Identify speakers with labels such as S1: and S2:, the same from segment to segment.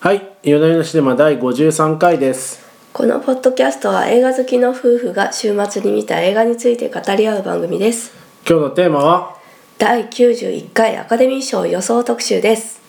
S1: はい夜な夜なシネマ第53回です
S2: このポッドキャストは映画好きの夫婦が週末に見た映画について語り合う番組です
S1: 今日のテーマは
S2: 第91回アカデミー賞予想特集です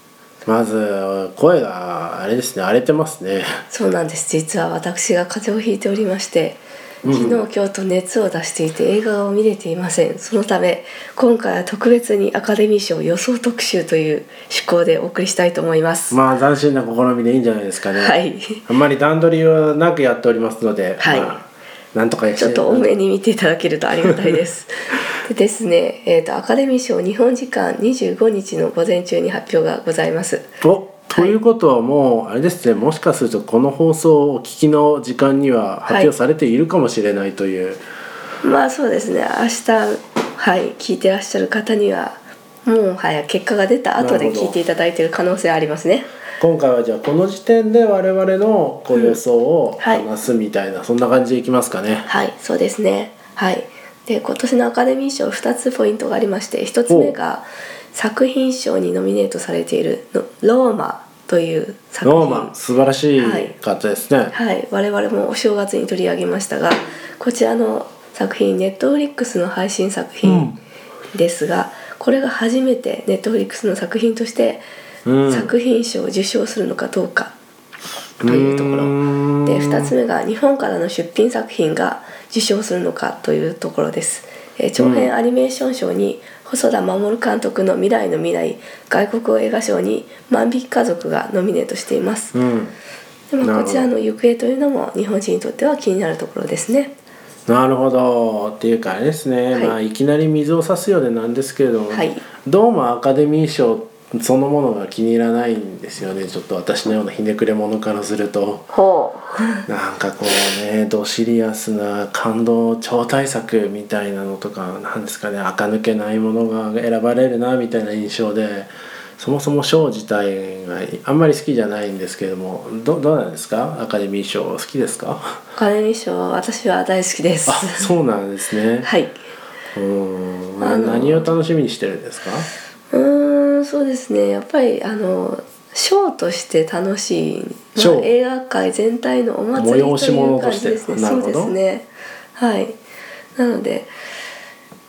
S1: まず声があれですね荒れてますね
S2: そうなんです実は私が風邪をひいておりまして昨日今日と熱を出していて映画を見れていませんそのため今回は特別にアカデミー賞予想特集という趣向でお送りしたいと思います
S1: まあ斬新な試みでいいんじゃないですかね
S2: はい
S1: あんまり段取りはなくやっておりますので、
S2: はい
S1: まあなんとかして
S2: ちょっと多めに見ていただけるとありがたいです。 でですね、えー、とアカデミー賞日本時間25日の午前中に発表がございます。
S1: おということはもうあれですねもしかするとこの放送をお聞きの時間には発表されているかもしれないという、
S2: まあそうですね明日はい聞いてらっしゃる方にはもうはや結果が出た後
S1: なる
S2: で
S1: ほど
S2: 聞いていただいている可能性ありますね。
S1: 今回はじゃあこの時点で我々のこう予想を
S2: はい
S1: 話すみたいな、そんな感じでいきますかね。
S2: はいそうですねはいで今年のアカデミー賞2つポイントがありまして1つ目が作品賞にノミネートされているの「ローマ」という作品
S1: ノーマン素晴らしい方ですね。
S2: はい、我々もお正月に取り上げましたがこちらの作品 Netflix の配信作品ですが、これが初めて Netflix の作品として
S1: うん
S2: 作品賞を受賞するのかどうかというところ、
S1: ーん
S2: で2つ目が日本からの出品作品が受賞するのかというところです、えー長編アニメーション賞に細田守監督の「未来の未来」外国語映画賞に「万引き家族」がノミネートしています
S1: うん、
S2: で
S1: なる
S2: も
S1: ほど
S2: こちらの行方というのも日本人にとっては気になるところですね。
S1: なるほどっていうかあれですね、
S2: はい
S1: いまあ、いきなり水を差すようでなんですけれども、
S2: はい
S1: どうもアカデミー賞そのものが気に入らないんですよねちょっと私のようなひねくれ者からすると。
S2: ほ
S1: なんかこうねドシリアスな感動超大作みたいなのとかなんですかね垢抜けないものが選ばれるなみたいな印象でそもそも賞自体があんまり好きじゃないんですけどもどどうなんですかアカデミー賞好きですか
S2: う。アカデミー賞は私は大好きで す
S1: あ。そうなんですね、
S2: はい。
S1: うーんな
S2: あの
S1: 何を楽しみにしてるんですか
S2: うーん、そうですね。やっぱりあのショーとして楽しい、まあ
S1: 賞
S2: 映画界全体のお祭り
S1: 催
S2: と
S1: し
S2: い
S1: 物
S2: う
S1: と
S2: 感
S1: し
S2: じ
S1: て
S2: ですね。
S1: なる
S2: そ
S1: ほ
S2: う
S1: ど
S2: ですね。はい。なので、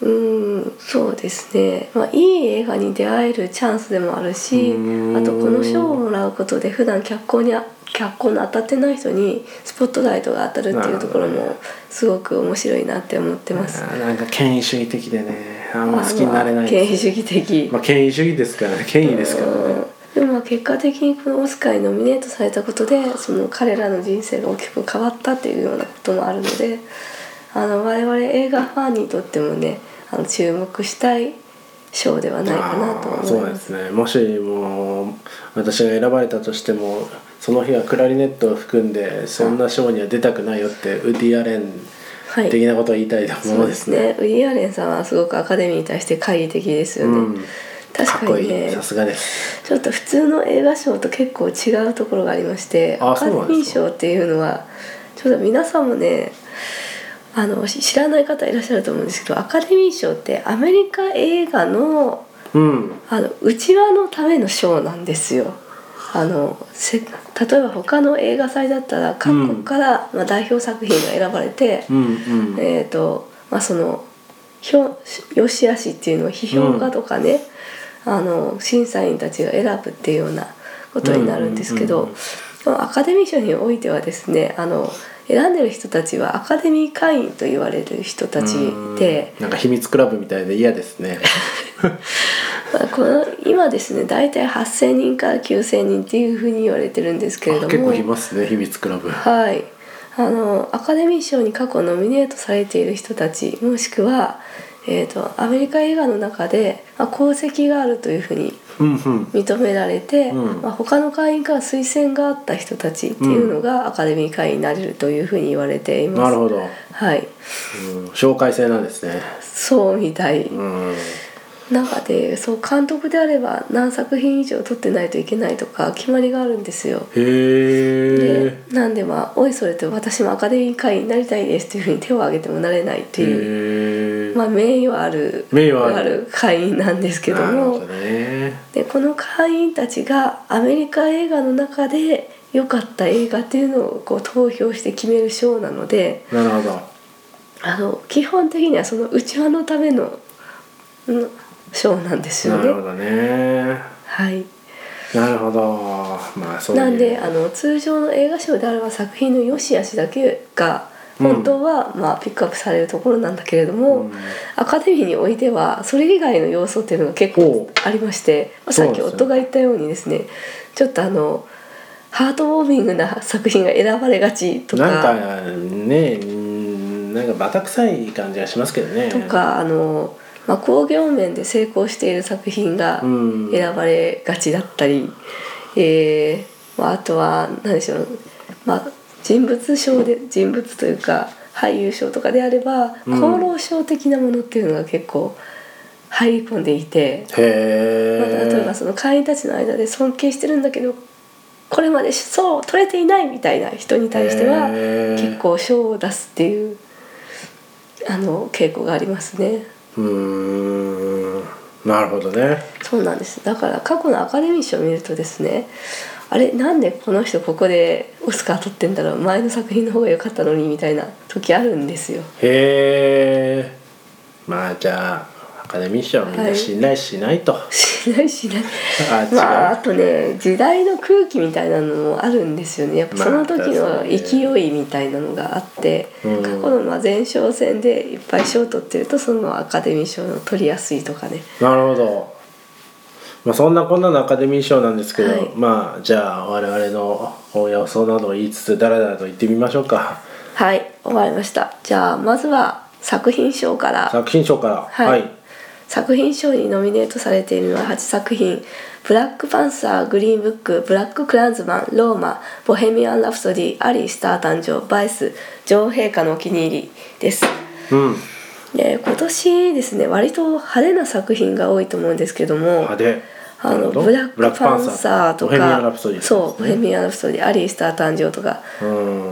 S2: うーん、そうですね。まあいい映画に出会えるチャンスでもあるし、
S1: うーん
S2: あとこの賞をもらうことで普段脚光にあ脚光の当たってない人にスポットライトが当たるっていうところ
S1: なるほど
S2: もすごく面白いなって思ってます。
S1: あーなんか権威主義的でねあんま好きになれない
S2: 権威
S1: です
S2: 主義的。
S1: まあ権威主義ですからね権威ですからね
S2: でもまあ結果的にこのオスカーにノミネートされたことでその彼らの人生が大きく変わったっていうようなこともあるのであの我々映画ファンにとってもねあの注目したい賞ではないかなと
S1: あー
S2: 思
S1: そ
S2: いう
S1: で
S2: ます
S1: すねもしもう私が選ばれたとしてもその日はクラリネットを含んでそんなショーには出たくないよってウッディ・アレン
S2: はい
S1: 的なことを言いたいも
S2: そ
S1: の
S2: う
S1: で
S2: ですす
S1: ね。
S2: ねウィリアレンさんはすごくアカデミーに対して懐疑的ですよね、
S1: うん
S2: 確
S1: かっ
S2: か
S1: こ
S2: に
S1: いい
S2: ね
S1: さすがです。
S2: ちょっと普通の映画賞と結構違うところがありまして
S1: あ
S2: アカデミ
S1: そうなんで
S2: ー
S1: すか
S2: 賞っていうのはちょっと皆さんもねあのし知らない方いらっしゃると思うんですけどアカデミー賞ってアメリカ映画の
S1: うん。
S2: あの内輪のための賞なんですよ。あのせ例えば他の映画祭だったら各国から、まあ、代表作品が選ばれて、
S1: うんうん。
S2: えーとまあ、その評よしあしっていうのを批評家とかね、あの審査員たちが選ぶっていうようなことになるんですけ
S1: うんう
S2: ど
S1: んうん
S2: でもアカデミー賞においてはですねあの選んでる人たちはアカデミー会員と言われる人たちで、
S1: うんなんか秘密クラブみたいで嫌ですね。
S2: まあこの今ですね大体8,000人から9,000人っていうふうに言われてるんですけれど
S1: あ結
S2: も
S1: 構いますね秘密クラブ。
S2: はい、あのアカデミー賞に過去ノミネートされている人たちもしくは、えー、とアメリカ映画の中で、まあ、功績があるというふうに
S1: うんうん。
S2: 認められて、
S1: うん
S2: まあ、他の会員から推薦があった人たちっていうのがアカデミー会員になれるというふうに言われています。
S1: なるほど。うん
S2: はい、
S1: 紹介制なんですね。
S2: そうみたい
S1: うん。
S2: 中でそう監督であれば何作品以上撮ってないといけないとか決まりがあるんですよ。
S1: へ
S2: で
S1: え。
S2: なんでまあ「おいそれ」って私もアカデミー会員になりたいですというふうに手を挙げてもなれないっていう
S1: へえ。
S2: まあ、名誉ある
S1: 名誉ある
S2: 会員なんですけど
S1: なるほ
S2: も
S1: どね
S2: でこの会員たちがアメリカ映画の中で良かった映画っていうのをこう投票して決める賞なので
S1: なるほど
S2: あの基本的にはその内輪のためのうん賞なんですよ
S1: なるほ
S2: ね。
S1: どね
S2: はい、
S1: なるほどまあそういう
S2: なんであの通常の映画賞であれば作品の良し悪しだけが本当は、まあ、ピックアップされるところなんだけれど
S1: う
S2: も、
S1: ん
S2: アカデミーにおいてはそれ以外の要素っていうのが結
S1: ほ
S2: 構
S1: う
S2: ありまして、まあ
S1: そう
S2: さ
S1: な
S2: っ
S1: んで
S2: き
S1: すね
S2: 夫が言ったようにですねちょっとあのハートウォーミングな作品が選ばれがちと
S1: なん
S2: か
S1: かねうんなんかバタ臭い感じがしますけどね
S2: とかあの、まあ、工業面で成功している作品が
S1: うん
S2: 選ばれがちだったり、えーまあ、あとは何でしょう、まあ、人物賞で人物というか俳優賞とかであれば
S1: うん
S2: 厚労省的なものっていうのが結構入り込んでいて、
S1: へ
S2: まあ、例えば
S1: え
S2: その会員たちの間で尊敬してるんだけどこれまでそう取れていないみたいな人に対しては
S1: へー
S2: 結構賞を出すっていうあの傾向がありますね。
S1: うーんなるほどね
S2: そうなんですだから過去のアカデミー賞を見るとですねあれなんでこの人ここでオスカー取ってんだろう前の作品の方が良かったのにみたいな時あるんですよ
S1: へえまあじゃあアカデミー賞みんな信頼しないと、
S2: しないしない
S1: あ違う、
S2: まああとね時代の空気みたいなのもあるんですよねやっぱその時
S1: まあ
S2: の
S1: 確かに
S2: 勢いみたいなのがあって、
S1: うん
S2: 過去のまあ前哨戦でいっぱい賞を取ってるとそのアカデミー賞の取りやすいとかね
S1: なるほど、まあ、そんなこんなのアカデミー賞なんですけど、
S2: はい
S1: まあじゃあ我々の予想などを言いつつダラダラと言ってみましょうか
S2: はい終わりましたじゃあまずは作品賞から
S1: 作品賞から
S2: はい作品賞にノミネートされているのは8作品「ブラックパンサー」「グリーンブック」「ブラッククランズマン」「ローマ」「ボヘミアン・ラプソディ」「アリー・スター誕生」「バイス」「女王陛下のお気に入り」です。
S1: うん
S2: で今年ですね割と派手な作品が多いと思うんですけども
S1: 派手
S2: あの
S1: なるほど
S2: ブラックパンサーと
S1: ボヘミア
S2: か
S1: ン・ラプソディ
S2: そう「ボヘ
S1: う
S2: ミアン・ラプソディ」「アリー・スター誕生」とか
S1: う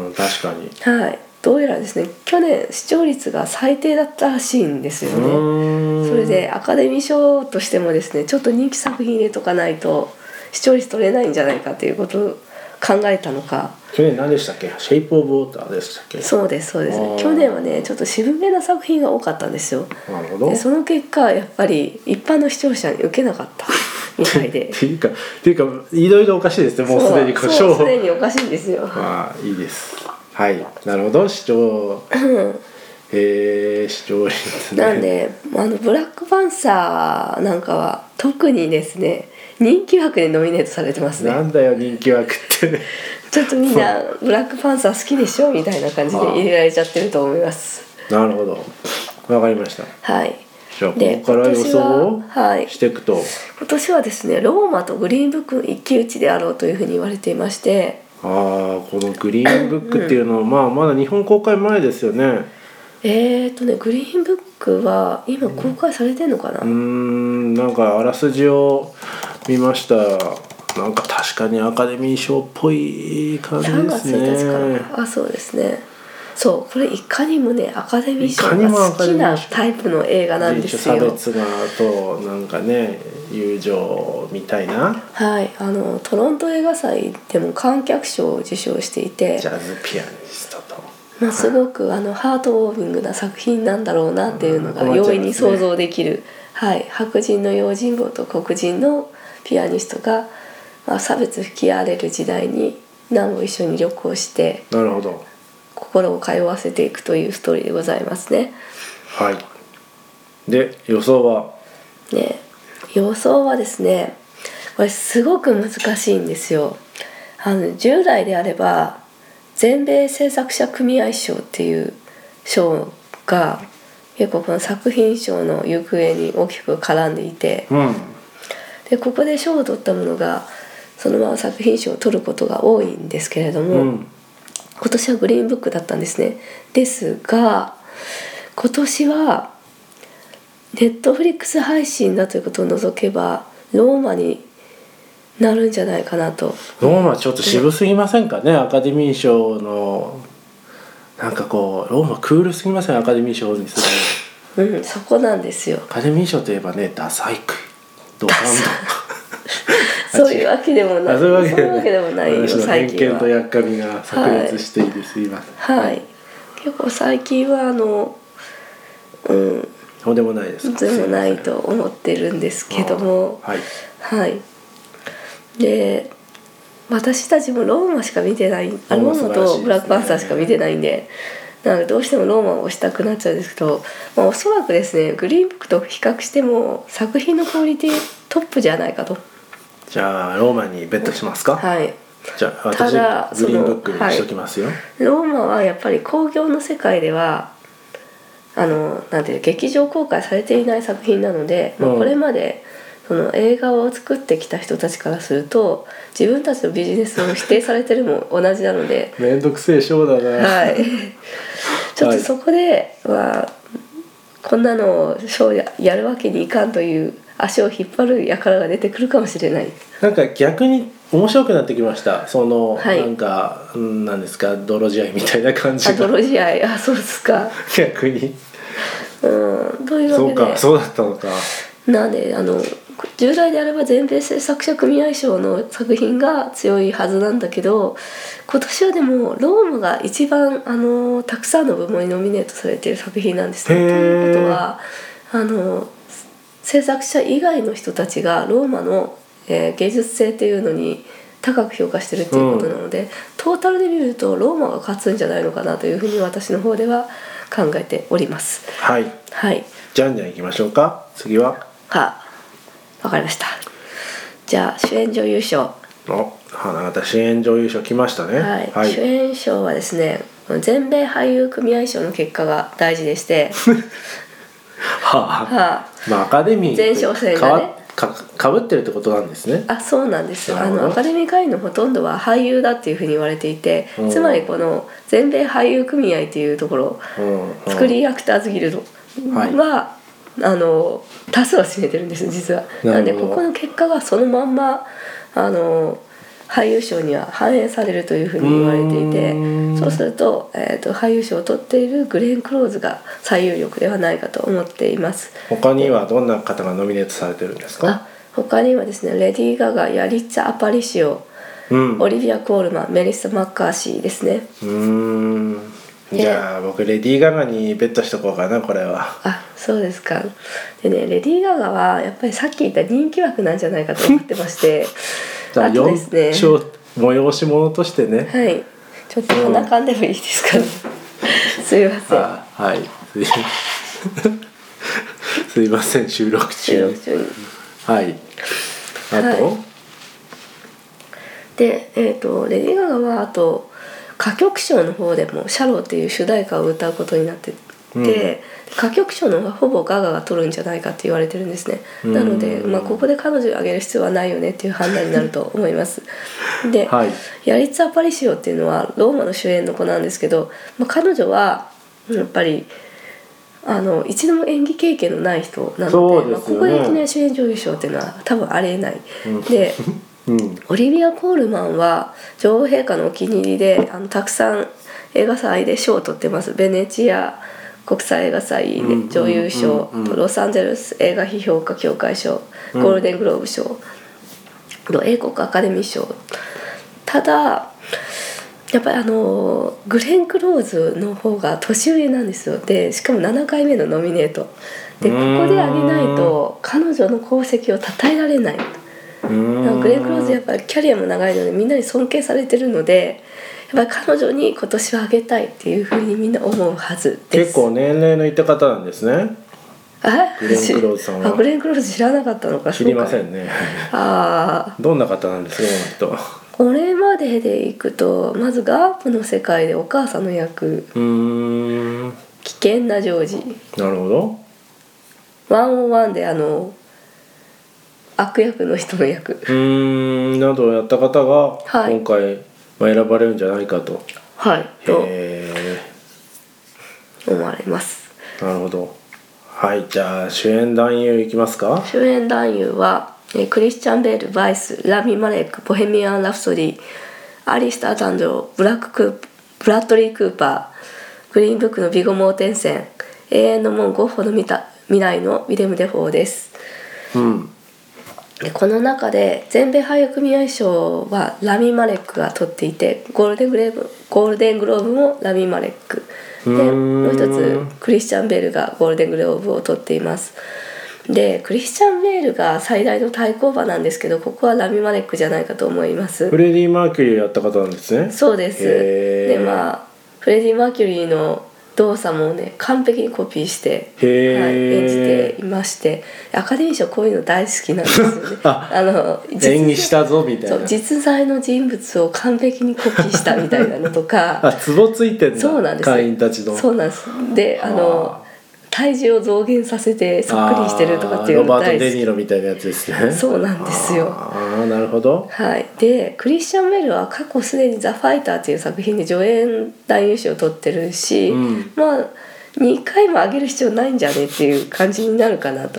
S1: ん確かに
S2: はいどうやらですね去年視聴率が最低だったらしいんですよ
S1: う
S2: ね。
S1: ーん
S2: それでアカデミー賞としてもですねちょっと人気作品入れとかないと視聴率取れないんじゃないかということを考えたのか
S1: 去年何でしたっけシェイプ・オブ・ウォーターでしたっけ
S2: そうですそうです
S1: あー
S2: 去年はねちょっと渋めな作品が多かったんですよ
S1: なるほど
S2: でその結果やっぱり一般の視聴者に受けな かったみたい
S1: っ
S2: で
S1: ていうかっていうかいろいろおかしいですねもうすでに
S2: そ
S1: 故
S2: う
S1: 障
S2: そうすでにおかしいんですよ
S1: まあいいですはいなるほど視聴えー、視聴率ね
S2: なんであのブラックパンサーなんかは特にですね人気枠でノミネートされてますね
S1: なんだよ人気枠って ね
S2: ちょっとみんなブラックパンサー好きでしょみたいな感じで入れられちゃってると思います。
S1: なるほどわかりました
S2: はい。
S1: じゃあこ
S2: で
S1: こから予想
S2: 今年はは
S1: を
S2: い
S1: していくと、
S2: 今年はですね、ローマとグリーンブックの一騎打ちであろうというふうに言われていまして、
S1: ああこのグリーンブックっていうのは、まあまだ日本公開前ですよね
S2: えーとね、グリーンブックは今公開されてんのかな。
S1: うーんなんかあらすじを見ましたなんか確かにアカデミー賞っぽい感じ
S2: 3
S1: で
S2: 月
S1: すね
S2: 1日から。あ、そうですね。そう、これいかにもね、アカデミー賞
S1: いかに
S2: が
S1: もア
S2: 好
S1: カデ
S2: き
S1: ミー
S2: な
S1: 賞
S2: タイプの映画なんです
S1: 人種差
S2: よ。
S1: 別がとなんかね友情みたいな
S2: はい、あのトロント映画祭でも観客賞を受賞していて
S1: ジ、ャズピアニストと
S2: まあ、すごくあのハートウォーミングな作品なんだろうなっていうのが
S1: うん
S2: 容易に想像できる、はい、白人の用心棒と黒人のピアニストが、まあ、差別吹き荒れる時代に何も一緒に旅行して
S1: なるほど
S2: 心を通わせていくというストーリーでございますね。
S1: はいで予想は
S2: ね予想はですねこれすごく難しいんですよ。あの従来であれば全米制作者組合賞っていう賞が結構この作品賞の行方に大きく絡んでいて
S1: うん
S2: でここで賞を取ったものがそのまま作品賞を取ることが多いんですけれども、
S1: うん
S2: 今年はグリーンブックだったんですねですが今年はネットフリックス配信だということを除けばローマになるんじゃないかなと
S1: ローマちょっと渋すぎませんかねアカデミー賞のなんかこうローマクールすぎませんアカデミー賞にする
S2: うん、そこなんですよ
S1: アカデミー賞といえばねダサいくドカンと
S2: そういうわけでもない
S1: あそういうわけでも
S2: そういうわけでもないよ
S1: 私の
S2: 最
S1: 偏
S2: 近
S1: 見
S2: は
S1: とやっかみが炸裂していてすいません
S2: はい結構最近はあのうん
S1: そうでもないですか
S2: でもない
S1: す
S2: と思ってるんです
S1: いませ
S2: け
S1: ん
S2: ども
S1: はい
S2: はいで私たちもローマしか見てないあ
S1: ロー
S2: ロ
S1: マ素晴
S2: ーマ
S1: らしいです
S2: と
S1: ね
S2: ブラックパンサーしか見てないんでなのでどうしてもローマを推したくなっちゃうんですけど、まあ、おそらくですねグリーンブックと比較しても作品のクオリティトップじゃないかと
S1: じゃあローマにベットしますか、
S2: はい
S1: じゃあ
S2: ただ
S1: 私グリーンブックに
S2: その
S1: しときますよ、
S2: ローマはやっぱり興行の世界ではあのなんていう劇場公開されていない作品なので、まあ
S1: うん
S2: これまでその映画を作ってきた人たちからすると自分たちのビジネスを否定されてるも同じなので
S1: めんどくせえ賞だな、
S2: はいちょっとそこではこんなのをショーややるわけにいかんという足を引っ張る輩が出てくるかもしれない。
S1: なんか逆に面白くなってきましたその、
S2: はい
S1: なんかうんなんですか泥仕合みたいな感じ
S2: アド
S1: が
S2: ロ試合あそうですか。
S1: 逆に
S2: うんというわけで
S1: そうかそうだったのか
S2: なんであの従来であれば全米制作者組合賞の作品が強いはずなんだけど今年はでもロームが一番あのたくさんの部門にノミネートされている作品なんですね。
S1: へ
S2: と
S1: ー
S2: いうことはあの制作者以外の人たちがローマの、えー芸術性っていうのに高く評価してるっていうことなので、トータルで見るとローマが勝つんじゃないのかなというふうに私の方では考えております。
S1: はい
S2: はい
S1: じゃんじゃんいきましょうか次は
S2: はわかりましたじゃあ主演女優賞、
S1: お花形主演女優賞来ましたね
S2: はい主演賞はですね全米俳優組合賞の結果が大事 でして、
S1: はあ
S2: は
S1: まあアカデミー
S2: 前哨戦
S1: か
S2: がね
S1: わかかぶってるってことなんですね
S2: あ、あそうなんですよ
S1: な
S2: あ
S1: るほど
S2: のアカデミー会員のほとんどは俳優だっていうふうに言われていて
S1: うん
S2: つまりこの全米俳優組合っていうところ
S1: うんうん、
S2: スクリーンアクターズギルド
S1: はい
S2: は、あの多数を占めてるんです実は。
S1: な
S2: なん
S1: る
S2: で
S1: ほど
S2: ここの結果がそのまんまあの俳優賞には反映されるというふうに言われていて
S1: うーん
S2: そうすると,、えー、と俳優賞を取っているグレン・クローズが最有力ではないかと思っています。
S1: 他にはどんな方がノミネートされてるんですか
S2: あ他にはですねレディー・ガガやリッチャ・アパリシオ
S1: うん
S2: オ
S1: う
S2: リビア・コールマンメリッサ・マッカーシーですね。
S1: ーんじゃあ僕レディー・ガガにベットしとこうかなこれは
S2: あそうですかでねレディー・ガガはやっぱりさっき言った人気枠なんじゃないかと思ってまして
S1: じゃあ
S2: あと
S1: 四
S2: ですね
S1: 賞催し物としてね、
S2: はいちょっと鼻かんでもいいですか、すいません
S1: あはい すいすいません収録
S2: 収
S1: 中
S2: 録中に
S1: はいあと、
S2: はいでえっ、とレディー・ガガはあと歌曲賞の方でも「シャロー」っていう主題歌を歌うことになってて、
S1: うん
S2: 歌曲賞の方がほぼガガが取るんじゃないかって言われてるんですねなので、
S1: うん
S2: まあ、ここで彼女をあげる必要はないよねっていう判断になると思 いますで、
S1: はい
S2: ヤリッツァ・パリシオっていうのはローマの主演の子なんですけど、まあ、彼女はやっぱりあの一度も演技経験のない人な
S1: そ
S2: の
S1: うですよ
S2: で
S1: ね
S2: まあ、ここでいきなり主演女優賞っていうのは多分ありえない、
S1: うん
S2: で
S1: うん
S2: オリビア・コールマンは女王陛下のお気に入りであのたくさん映画祭で賞を取ってますベネチア国際映画祭
S1: うんうんうん
S2: で女優賞、
S1: うん
S2: ロサンゼルス映画批評家協会賞
S1: う
S2: ゴ
S1: ん
S2: ールデングローブ賞、英国アカデミー賞ただやっぱりあのグレン・クローズの方が年上なんですよでしかも7回目のノミネートで
S1: う
S2: こ
S1: ーん
S2: こであげないと彼女の功績を称えられない。
S1: うーん
S2: グレン・クローズやっぱりキャリアも長いのでみんなに尊敬されてるのでやっぱり彼女に今年はあげたいっていうふうにみんな思うはずです
S1: 結構年齢のいった方なんですね
S2: あ
S1: グレンクローズさんは
S2: あグレン・クローズ知らなかったのか
S1: 知りませ
S2: ん
S1: んね
S2: ああ
S1: どんな方なんですかこの人
S2: これまででいくとまずガープの世界でお母さんの役
S1: うーん
S2: 「危険なジョージ」
S1: なるほど
S2: 「ワンオンワン」であの悪役の人の役
S1: うーんなどをやった方が
S2: はい
S1: 今回、まあ選ばれるんじゃないかと
S2: はいと
S1: へ
S2: 思われます
S1: えなるほどはいじゃあ主演男優いきますか
S2: 主演男優はえークリスチャン・ベール・バイスラミ・マレックボヘミアン・ラプソディアリスター誕生ブラッククープブラッドリー・クーパーグリーンブックのビゴ・モーテンセン永遠の門ゴッホの見た未来のウィレム・デフォーです
S1: うん
S2: でこの中で全米俳優組合賞はラミ・マレックが取っていてゴールデングレーブゴールデングローブもラミ・マレックで
S1: うーん
S2: もう一つクリスチャン・ベールがゴールデングローブを取っていますでクリスチャン・ベールが最大の対抗馬なんですけどここはラミ・マレックじゃないかと思います
S1: フレディ・マーキュリーをやった方なんですね
S2: そうです
S1: へ
S2: で
S1: ー
S2: まあフレディ・マーキュリーの動作もね完璧にコピーして
S1: へー
S2: はい、演じていましてアカデミー賞こういうの大好きなんですよね
S1: あ
S2: の実
S1: 演技したぞみたい
S2: そう
S1: な
S2: 実在の人物を完璧にコピーしたみたいなのと
S1: あ
S2: か
S1: ツボついてんだ
S2: そうなんです
S1: 会員たちの
S2: そうなんですであ
S1: は
S2: の
S1: あ
S2: 体重を増減させてそっくりにしてるとかってい
S1: あーロ
S2: うの
S1: バー
S2: 大
S1: ト・デ・ニー
S2: 好
S1: ロみたいなやつですね
S2: きそうなんですよ
S1: ああなるほど
S2: はい、でクリスチャン・ベールは過去すでに「ザ・ファイター」っていう作品で助演男優賞を取ってるし、
S1: うん
S2: まあ2回も上げる必要ないんじゃねっていう感じになるかなと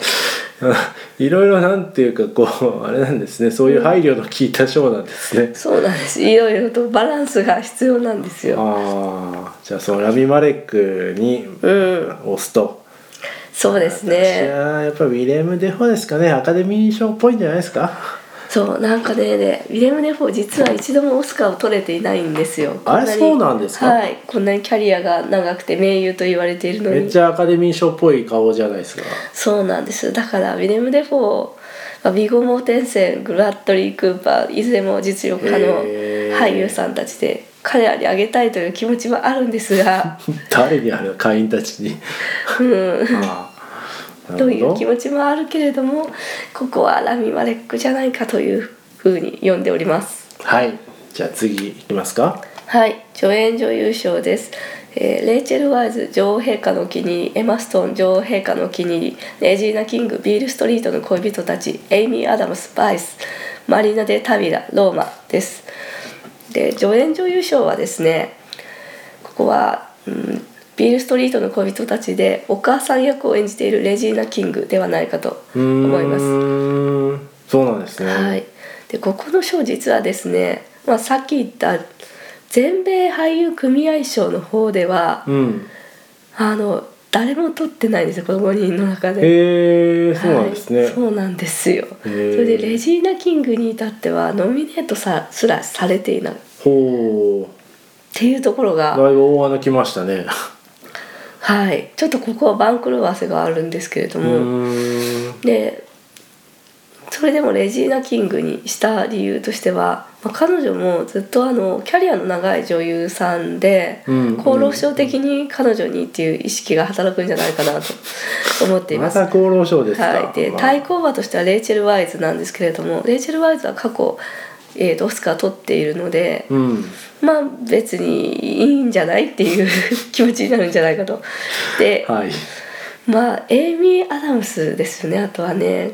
S1: いろいろなんていうかこうあれなんですねそういう配慮の効いたショーなんですね、
S2: そうなんですいろいろとバランスが必要なんですよ。
S1: ああじゃあそのラミ・マレックに
S2: うん、
S1: 押すと、
S2: そうです
S1: 私
S2: ね
S1: はやっぱりウィレム・デフォですかねアカデミー賞っぽいんじゃないですか
S2: そうなんかねねウィレム・デフォー実は一度もオスカーを取れていないんですよ
S1: あれ
S2: こに
S1: そうなんですか
S2: はいこんなにキャリアが長くて名優と言われているのに
S1: めっちゃアカデミー賞っぽい顔じゃないですか
S2: そうなんですだからウィレム・デフォーまあビゴ・モーテンセングラッドリー・クーパーいずれも実力派の
S1: へー
S2: 俳優さんたちで彼らにあげたいという気持ちはあるんですが、
S1: 誰にある会員たちに
S2: うん、
S1: ああな
S2: と
S1: る
S2: い
S1: ほ
S2: う
S1: ど
S2: 気持ちもあるけれどもここはラミ・マレックじゃないかというふうに読んでおります
S1: はいじゃあ次いきますか
S2: はい助演女優賞です、えーレイチェル・ワイズ女王陛下のお気に入りエマ・ストーン女王陛下のお気に入りレジーナ・キングビール・ストリートの恋人たちエイミー・アダムス・バイスマリーナ・デ・タビラローマですで助演女優賞はですねここは、うん、ビール・ストリートの恋人たちでお母さん役を演じているレジーナ・キングではないかと
S1: うーん
S2: 思います
S1: そうなんですね、
S2: はい、でここの賞実はですね、まあ、さっき言った全米俳優組合賞の方では、
S1: うん
S2: あの誰も取ってないんですよこの5人の中で。
S1: へえそうなんですね、
S2: はいそうなんですよそ
S1: ー
S2: れでレジーナ・キングに至ってはノミネートさすらされていないっ
S1: ほう
S2: ていうところが、
S1: だいぶ大穴きましたね
S2: はい、ちょっとここは番狂わせがあるんですけれど
S1: う
S2: も、
S1: ーん
S2: でそれでもレジーナ・キングにした理由としては、まあ、彼女もずっとあのキャリアの長い女優さんで、
S1: うんうん
S2: 厚労省的に彼女にっていう意識が働くんじゃないかなと 思ってい
S1: ま
S2: ます。
S1: た
S2: は
S1: 厚労省ですか、
S2: い、で
S1: まあ
S2: 対抗馬としてはレイチェル・ワイズなんですけれどもレイチェル・ワイズは過去、えーとオスカー取っているので、
S1: うん
S2: まあ別にいいんじゃないっていう 気持ちになるんじゃないかと。で、
S1: はい
S2: まあエイミー・アダムスですよねあとはね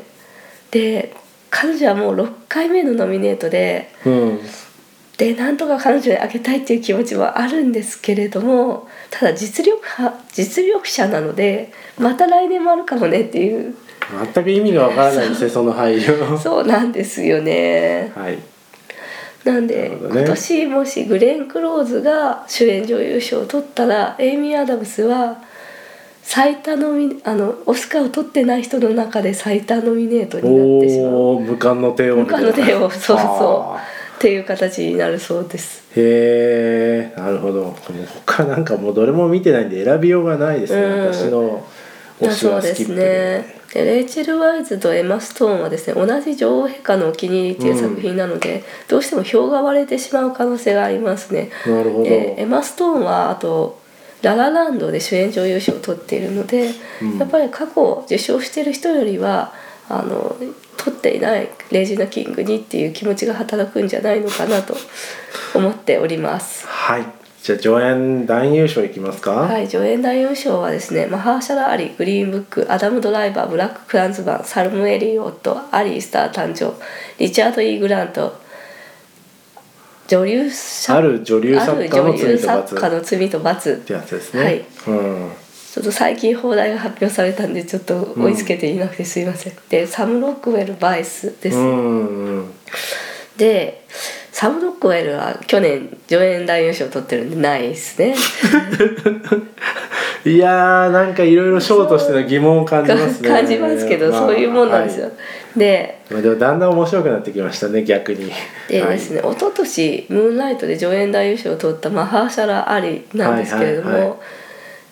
S2: で彼女はもう6回目のノミネートで
S1: うん
S2: でなんとか彼女にあげたいっていう気持ちはあるんですけれどもただ実力派実力者なのでまた来年もあるかもねっていう
S1: 全く意味がわからないですねその俳優
S2: そうなんですよね
S1: はい
S2: なんで、
S1: なるほどね
S2: 今年もしグレン・クローズが主演女優賞を取ったらエイミー・アダムスは最多ノミあのオスカーを取ってない人の中で最多ノミネートになってしまう
S1: おお無冠の帝王みたいな
S2: 無冠の帝王そうそう
S1: あ
S2: っていう形になるそうです。
S1: ーへえなるほどもう他なんかもうどれも見てないんで選びようがないですね、
S2: うん
S1: 私の推
S2: だ
S1: し
S2: そう
S1: はス
S2: で
S1: キッ
S2: す
S1: プ
S2: ね
S1: で。
S2: でレイチェル・ワイズとエマ・ストーンはですね同じ女王陛下のお気に入りっていう作品なので、どうしても票が割れてしまう可能性がありますね。
S1: なるほど、
S2: でエマ・ストーンはあと「ララランド」で主演女優賞を取っているので、
S1: うん
S2: やっぱり過去受賞している人よりはあの取っていないレジーナ・キングにっていう気持ちが働くんじゃないのかなと思っております。
S1: はいじゃあ助演男優賞いきますか
S2: はいい、助演男優賞はですねマハーシャラ・アリグリーンブックアダム・ドライバーブラック・クランズマンサルム・エリオットアリー・スター誕生リチャード・イー・グラント女流
S1: あ
S2: 作
S1: る女流
S2: あ
S1: 作
S2: る
S1: 家の
S2: 女
S1: 罪
S2: 優
S1: と罰
S2: 作家
S1: っ
S2: の罪と罰
S1: てやつですね、
S2: はい
S1: うん
S2: ちょっと最近放題が発表されたんでちょっと追いつけていなくてすいません、でサム・ロックウェル・バイスです、
S1: うんうん
S2: でサム・ロックウェルは去年助演男優賞を取ってるんでないですね
S1: いやーなんかいろいろ賞としての疑問を感じますね
S2: 感じますけど、
S1: まあ
S2: そういうもんなんですよ、
S1: はい
S2: で
S1: まあ、でもだんだん面白くなってきましたね逆に
S2: でですね、一昨年ムーンライト」で助演男優賞を取ったマハーシャラ・アリなんですけれども、
S1: はいはいはい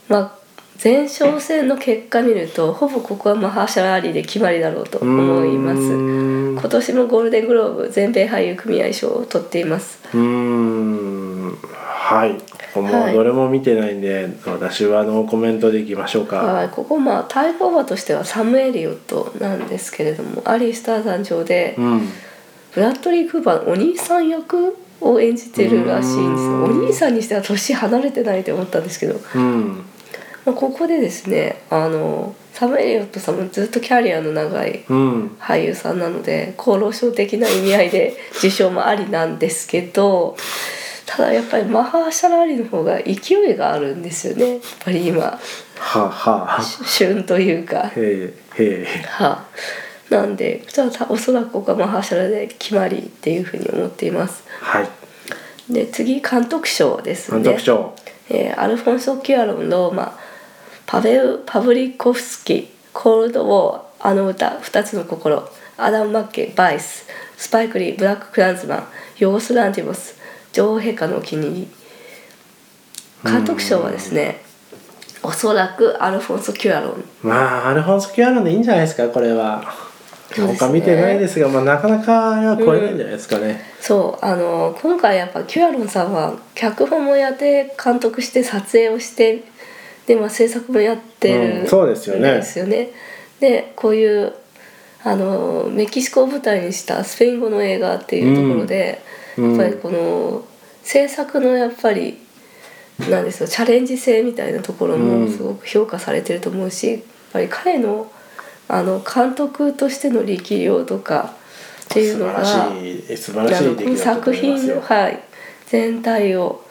S2: まあ前哨戦の結果見るとほぼここはマハーシャラ・アリで決まりだろうと
S1: うーん
S2: 思います
S1: う
S2: 今年もゴールデングローブ全米俳優組合賞を取っています
S1: ーんはいここも
S2: はいう
S1: どれも見てないんで、私はノーコメントでいきましょうか、
S2: はい、ここまあ対抗馬としてはサム・エリオットなんですけれどもアリー・スター誕生で
S1: うん
S2: ブラッドリー・クーパーのお兄さん役を演じてるらしいんです
S1: うん
S2: お兄さんにしては年離れてないって思ったんですけど、
S1: うん
S2: まあ、ここでですねあのサム・エリオットさんもずっとキャリアの長い
S1: うん
S2: 俳優さんなので厚労省的な意味合いで受賞もありなんですけどただやっぱりマハーシャラ・アリの方が勢いがあるんですよねやっぱり今
S1: はあはあ
S2: 旬というか。
S1: へえへえ
S2: はい、なんでじゃあおそらくここはマハーシャラで決まりっていうふうに思っています
S1: はい
S2: で次監督賞です
S1: 監
S2: ね
S1: 督、賞
S2: えーアルフォンソ・キュアロンの、まあ、パベル・パブリコフスキ「コールド・ウォー」「あの歌」「二つの心」「アダム・マッケイ」「バイス」「スパイクリー」「ブラック・クランズマン」「ヨース・ランティボス」「女王陛下のお気に入り」監督賞はですねおそらくアルフォンソ・キュアロン
S1: まあアルフォンス・キュアロンでいいんじゃないですかこれは、
S2: そうですね
S1: 他見てないですが、まあ、なかなかあれは超えないんじゃないですかね、
S2: そうあの今回やっぱキュアロンさんは脚本もやって監督して撮影をしてで、まあ、制作もやってる、
S1: うんそうですよね
S2: ですよねでこういうあのメキシコを舞台にしたスペイン語の映画っていうところで、
S1: うん
S2: やっぱりこの制作のやっぱりなんですよチャレンジ性みたいなところ
S1: う
S2: も
S1: ん
S2: すごく評価されてると思うしやっぱり彼のあの監督としての力量とかっていうのが。
S1: 素晴らしい素晴ら
S2: あ
S1: し
S2: の
S1: い
S2: こ
S1: 出
S2: の
S1: 来だと
S2: 作
S1: 思いま
S2: 品
S1: す
S2: の、
S1: よ
S2: はい、全体を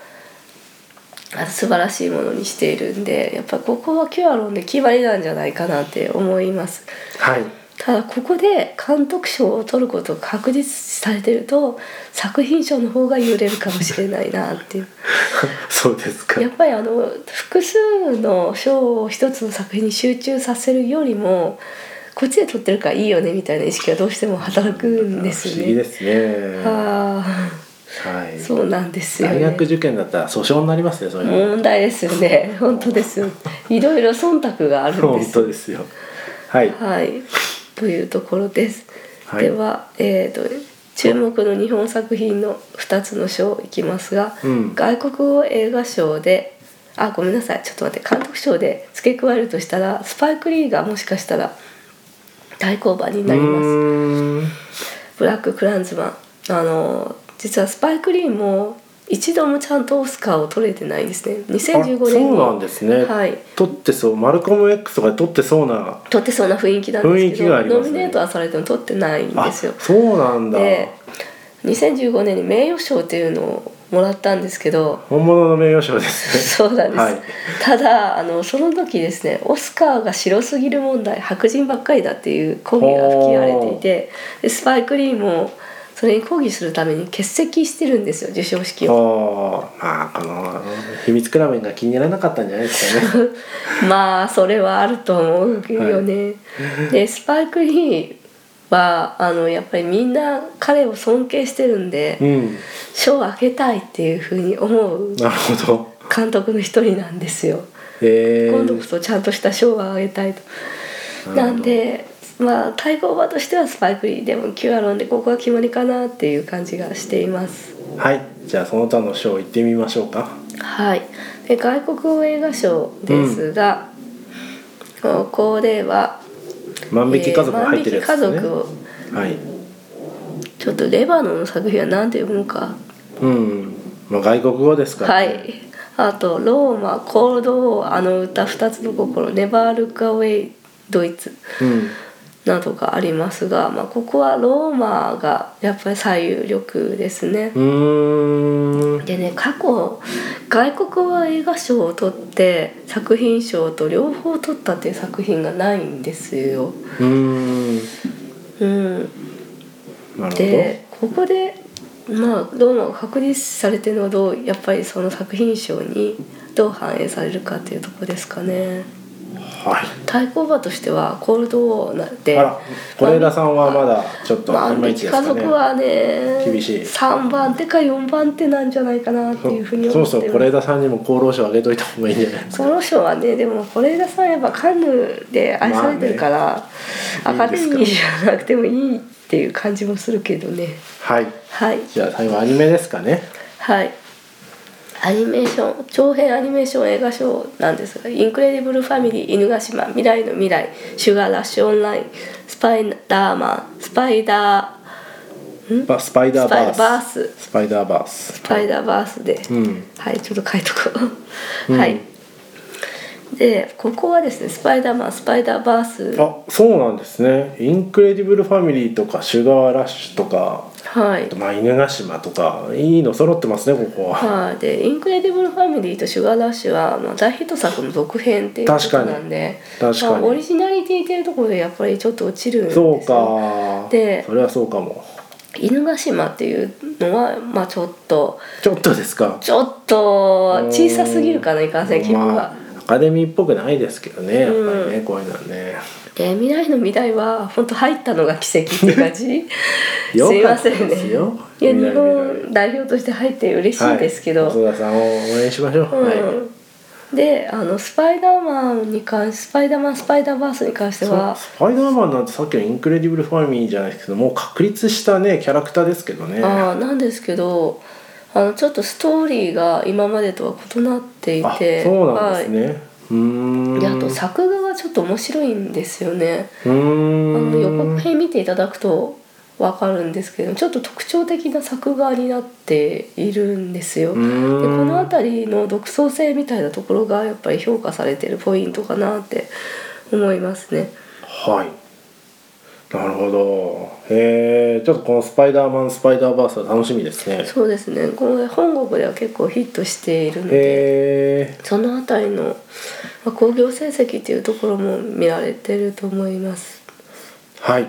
S2: あ素晴らしいものにしているんでやっぱここはキュアロンで決まりなんじゃないかなって思います
S1: はい
S2: ただここで監督賞を取ることが確実視されてると作品賞の方が揺れるかもしれないなっていう
S1: そうですか
S2: やっぱりあの複数の賞を一つの作品に集中させるよりもこっちで取ってるからいいよねみたいな意識がどうしても働くんです
S1: 不
S2: よ
S1: 思議
S2: ね。
S1: ですね
S2: はあ
S1: はい
S2: そうなんですよ、ね。
S1: 大学受験だったら訴訟になりますねそれは、
S2: 問題ですよね。本当ですよ。いろいろ忖度があるんで
S1: 本
S2: す。
S1: 当ですよはい
S2: はい。というところです。
S1: はい
S2: では、えー、と注目の日本作品の2つの賞いきますが、
S1: うん
S2: 外国語映画賞であごめんなさいちょっと待って監督賞で付け加えるとしたらスパイク・リーがもしかしたら対抗馬になります
S1: う。ーん
S2: ブラック・クランズマンあの実はスパイク・リーも一度もちゃんとオスカーを取れてないんですね2015
S1: あ
S2: 年に
S1: そうなんですね、
S2: はい
S1: 取ってそうマルコム X とかで取ってそうな
S2: 取ってそうな雰囲気なんで
S1: 雰囲
S2: すけ
S1: 気
S2: ど
S1: があります
S2: ノ
S1: ね
S2: ミネートはされても取ってないんですよ
S1: あそうなんだ
S2: で2015年に名誉賞っていうのをもらったんですけど
S1: 本物の名誉賞 です
S2: そうなんです、
S1: はい
S2: ただあのその時ですねオスカーが白すぎる問題白人ばっかりだっていう抗議が吹き荒れていてでスパイク・リーもそれに抗議するために欠席してるんですよ授賞式
S1: ね
S2: を。
S1: おーまあこの秘密クラブが気にならなかったんじゃないですかね
S2: まあそれはあると思うよね。でスパイク・リーはあのやっぱりみんな彼を尊敬してるんで
S1: うん
S2: 賞をあげたいっていうふうに思う
S1: なるほど
S2: 監督の一人なんですよ。
S1: え
S2: 今度
S1: ー
S2: こ、そちゃんとした賞をあげたいと。
S1: なるほ
S2: な
S1: ど
S2: んでまあ対抗馬としてはスパイク・リーでもキュアロンでここは決まりかなっていう感じがしています。
S1: はいじゃあその他の賞行ってみましょうか
S2: はい、で外国語映画賞ですが、ここでは
S1: 万引き家族が入ってるやつです
S2: えー万
S1: ね、
S2: 引き家族を
S1: はい
S2: ちょっとレバノンの作品は何て読むか、
S1: うんまあ外国語ですから、
S2: は
S1: ね、
S2: いあと「ローマ」「コールド・ウォー」「あの歌2つの心」「ネバー・ルック・アウェイ」ドイツ
S1: うん
S2: などがありますが、まあ、ここはローマがやっぱり最有力ですね
S1: う。ーん
S2: でね過去外国語映画賞を取って作品賞と両方取ったっていう作品がないんですよ。
S1: うーん
S2: うん、
S1: なるほど
S2: でここでまあどうも確立されてるのどやっぱりその作品賞にどう反映されるかっていうとこですかね
S1: はい
S2: 対抗馬としてはコールドウォーなんで
S1: あら是枝さんはまだちょっと
S2: まあ、
S1: いまいちですか
S2: 家
S1: ね、
S2: 族はね
S1: 厳しい
S2: 3番手か4番手なんじゃないかなっていうふうに
S1: そ
S2: 思
S1: も
S2: って
S1: そ
S2: る
S1: も是枝さんにも厚労省あげといた方がいいんじゃないです
S2: その賞はねでも是枝さんやっぱカンヌで愛されてるから、
S1: まあ
S2: ア
S1: ね
S2: カデミーじゃなくてもいいっていう感じもするけどね
S1: かはい
S2: はい
S1: じゃあ最後アニメですかね
S2: はいアニメーション長編アニメーション映画賞なんですが「インクレディブル・ファミリー犬ヶ島未来の未来」「シュガー・ラッシュ・オンライン」「スパイダーマン」「スパイダー」ん
S1: ばスパイダーバース
S2: スパイダーバース
S1: スパイダーバース
S2: スパイダーバースで、
S1: うん
S2: はいちょっと書いとこう、
S1: うん
S2: はいでここはですね「スパイダーマン」「スパイダーバース」
S1: あそうなんですね「インクレディブル・ファミリー」とか「シュガー・ラッシュ」とか
S2: はい
S1: 「まあ、犬ヶ島」とかいいの揃ってますねここは、
S2: はい、で「インクレディブル・ファミリー」と「シュガー・ラッシュは」まあ、大ヒット作の続編っていうこ
S1: 確か
S2: と
S1: に
S2: なんで
S1: 確かに
S2: まあ、オリジナリティっていうところでやっぱりちょっと落ちるんですよ
S1: そうか
S2: で
S1: それはそうかも
S2: 犬ヶ島っていうのは、まあ、ちょっと
S1: ちょっとですか
S2: ちょっと小さすぎるかないかんせん規模が。
S1: まあアカデミーっぽくないですけどねやっぱりね、こういうのはね
S2: で未来の未来は本当入ったのが奇跡って感じ
S1: よ
S2: すい
S1: か
S2: ま
S1: った
S2: せ
S1: で
S2: んね
S1: すよ
S2: いや
S1: 未来
S2: 日
S1: 未来
S2: 本代表として入って嬉しいですけど、
S1: はい、細田さんを応援しましょう、
S2: うん
S1: はい
S2: であのスパイダーマンに関しスパイダーマンスパイダーバースに関しては
S1: そスパイダーマンなんてさっきの「インクレディブル・ファミリー」じゃないですけどもう確立したねキャラクターですけどね
S2: あーなんですけどあのちょっとストーリーが今までとは異なってい
S1: あ
S2: て
S1: そうなんですね、うー
S2: は
S1: ん
S2: い、であと作画がちょっと面白いんですよね
S1: う
S2: あ
S1: ーん
S2: の予告編見ていただくと分かるんですけどちょっと特徴的な作画になっているんですよ。
S1: う
S2: でこ
S1: ーん
S2: の辺りの独創性みたいなところがやっぱり評価されてるポイントかなって思いますね。
S1: はいなるほどへえちょっとこの「スパイダーマン・スパイダーバース」は楽しみですね
S2: そうですねこれ本国では結構ヒットしているので
S1: へえ
S2: その辺りのまあ興行成績っていうところも見られてると思います。
S1: はい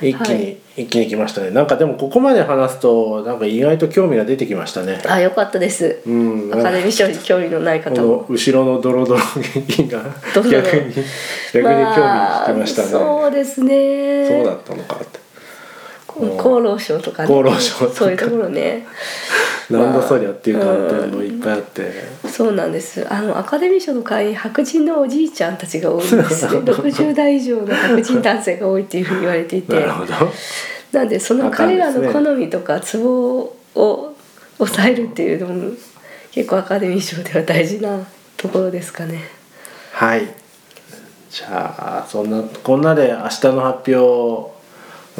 S1: 一気に、
S2: はい
S1: 一気に来ましたねなんかでもここまで話すとなんか意外と興味が出てきましたね
S2: あ良かったです。
S1: うん
S2: アカデミー賞に興味のない
S1: こ
S2: 方も
S1: の。後ろのドロドロ現金が
S2: ド
S1: 逆
S2: ロ
S1: に
S2: ドロ
S1: 逆に興味引きましたね、
S2: まあそうですね。
S1: そうだったのかって
S2: こ厚労省とか、
S1: 厚労省とか
S2: そういうところね。
S1: なんだそりゃっていう観点もいっぱいあって、
S2: そうなんです。あのアカデミー賞の会員白人のおじいちゃんたちが多いんです ね。60代以上の白人男性が多いっていうふうに言われていて
S1: な、るほど
S2: なんでその彼らの好みとかツボを抑えるっていうのも結構アカデミー賞では大事なところですかね。
S1: はいじゃあそんなこんなで明日の発表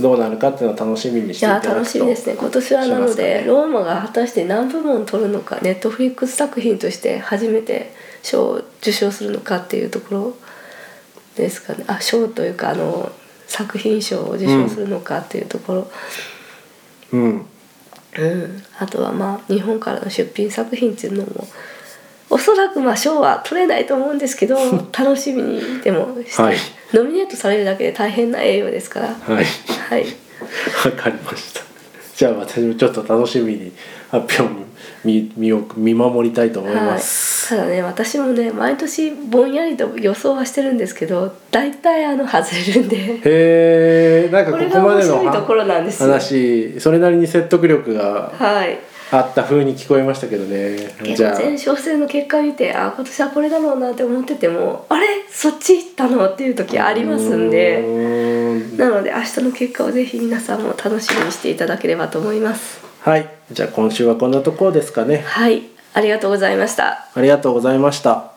S1: どうなるかっていうのを楽しみにし
S2: い
S1: ていた
S2: や
S1: だくと
S2: 楽しみですね今年はなの
S1: しますか
S2: で、
S1: ね
S2: ローマが果たして何部門取るのかネットフリックス作品として初めて賞を受賞するのかっていうところですかねあ賞というかあの作品賞を受賞するのかっていうところ、
S1: うん
S2: うんあとはまあ日本からの出品作品っていうのもおそらくまあ賞は取れないと思うんですけ ど楽しみにでもして、
S1: はい
S2: ノミネートされるだけで大変な栄誉ですから
S1: はい
S2: はい
S1: わかりましたじゃあ私もちょっと楽しみに発表を見見よ見守りたいと思います、
S2: はい、ただね私もね毎年ぼんやりと予想はしてるんですけど大体あの外れるんで
S1: へえんか
S2: こ
S1: こ
S2: れ
S1: こ
S2: が
S1: ま
S2: 面
S1: での
S2: 白いところなんですよ
S1: 話それなりに説得力が
S2: はい
S1: あった風に聞こえましたけどね
S2: 結
S1: じゃ
S2: 構
S1: あ
S2: 前哨戦の結果見てあ今年はこれだろうなって思っててもあれそっち行ったのっていう時ありますん
S1: う
S2: で
S1: ーん
S2: なので明日の結果をぜひ皆さんも楽しみにしていただければと思います
S1: はいじゃあ今週はこんなところですかね
S2: はいありがとうございました
S1: ありがとうございました